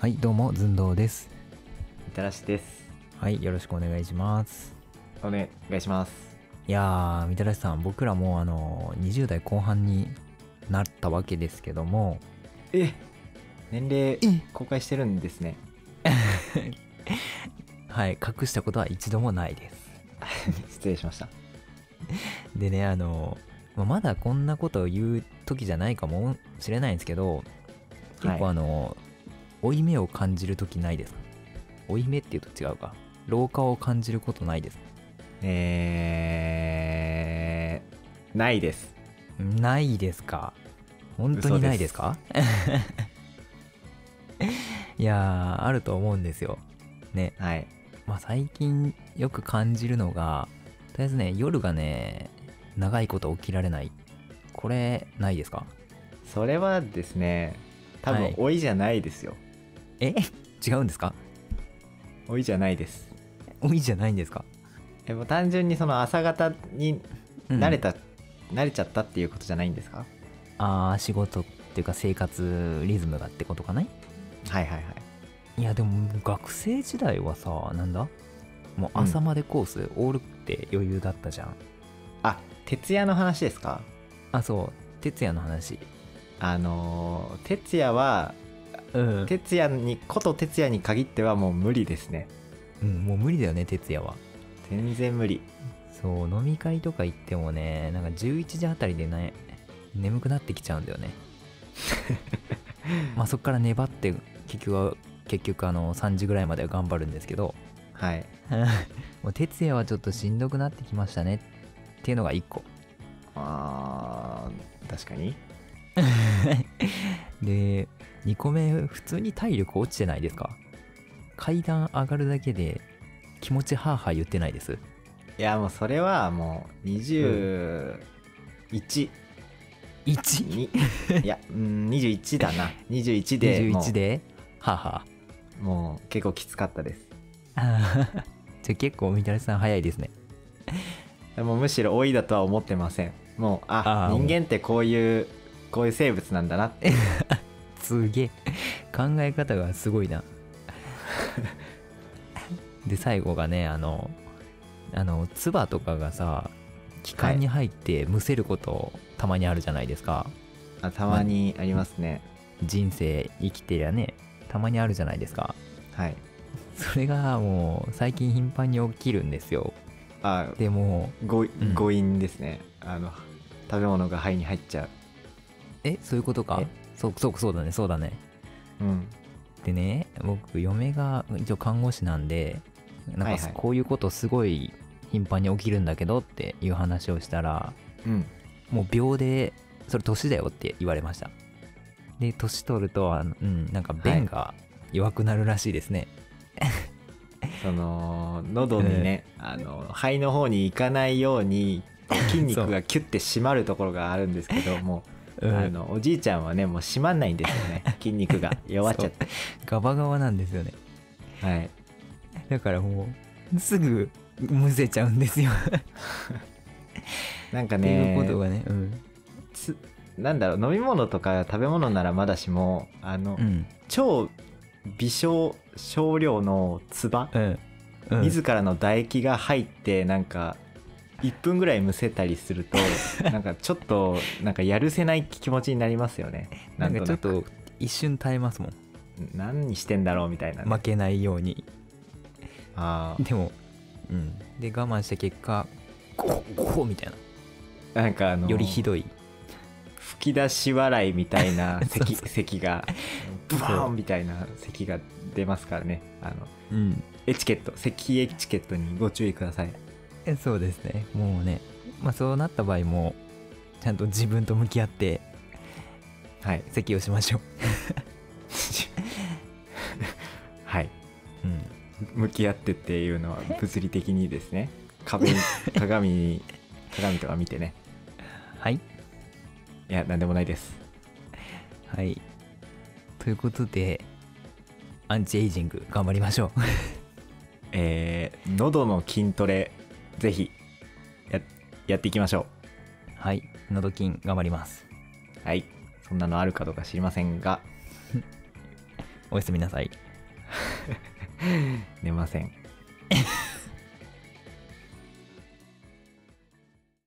はいどうもずんどうですみたらしですはいよろしくお願いしますお願いしますいやーみたらしさん僕らもうあの20代後半になったわけですけどもえ年齢公開してるんですねはい隠したことは一度もないです失礼しましたでねあのまあまだこんなことを言う時じゃないかもしれないんですけど結構はいあの、負い目を感じる時ないですか負い目っていうと違うか老化を感じることないですえー、ないですないですか本当にないですかいやーあると思うんですよねはいまあ最近よく感じるのがとりあえずね夜がね長いこと起きられないこれないですかそれはですね多は分い老いじゃないですよ、え違うんですか老いじゃないです多いじゃないんですか、えもう単純にその朝方にうん慣れた、慣れちゃったっていうことじゃないんですかああ仕事っていうか生活リズムがってことかないはいはいはいいやでも学生時代はさなんだもう朝までコース、オールって余裕だったじゃんあ徹夜の話ですかあそう哲也の話あのー徹夜はうん、徹夜にこと徹夜に限ってはもう無理ですねうん、もう無理だよね哲也は全然無理そう飲み会とか行ってもねなんか11時あたりでね眠くなってきちゃうんだよ ねまあそっから粘って結局は結局あの3時ぐらいまでは頑張るんですけどはいもう哲也はちょっとしんどくなってきましたねっていうのが1個あー確かにで2個目普通に体力落ちてないですか階段上がるだけで気持ちハーハー言ってないですいやもうそれはもう21、 1にいやうん21だ な21でも21うでハーハもう結構きつかったですー じゃあ結構みたらしさん早いですねでもむしろ老いだとは思ってませんもうああー人間ってこういうこういう生物なんだなってすげえ考え方がすごいな で最後がねあのあの唾とかがさ気管に入ってむせることたまにあるじゃないですか、あたまにありますね人生生きてりゃねたまにあるじゃないですかはいそれがもう最近頻繁に起きるんですよあでも誤ん誤飲ですね、あの食べ物が肺に入っちゃえそういうことかえそうそうそうだねそうだねううんでね僕嫁が一応看護師なんでなはんいはかいこういうことすごい頻繁に起きるんだけどっていう話をしたらうんもう秒でそれ年だよって言われましたで年取るとあのうんなんか便が弱くなるらしいですね、その喉にね、あの肺の方に行かないように筋肉がキュッて締まるところがあるんですけ どもう、うんあのおじいちゃんはねもう締まんないんですよ ね筋肉が弱っちゃってガバガバなんですよねはいだからもうすぐむせちゃうんですよなんかっていうことねがね、うん、つなんだろう飲み物とか食べ物ならまだしもあの、うん、超微小少量の唾、ばうん、うん、自らの唾液が入ってなんか1分ぐらいむせたり するとなんかちょっとなんかやるせない気持ちになりますよねなんとかちょっと一瞬耐えますもん何してんだろうみたいなね、負けないようにあでも、うん、で我慢した結果ゴッゴッみたいーなんかあなのよりひどい吹き出し笑いみたい なそう咳そう咳がブワーンみたいな咳が出ますからねあのうんエチケット咳エチケットにご注意くださいえそうですねもうねまあそうなった場合もちゃんと自分と向き合ってはい席をしましょう、はいうん、向き合ってっていうのは物理的にですね 壁に鏡に鏡とか見てねはいいやなんでもないですはいということでアンチエイジング頑張りまし ょうえー、喉の筋トレぜひややっていきましょはい喉筋頑張りますうはいそんなのあるかどうか知りませんがおやすみなさい寝ません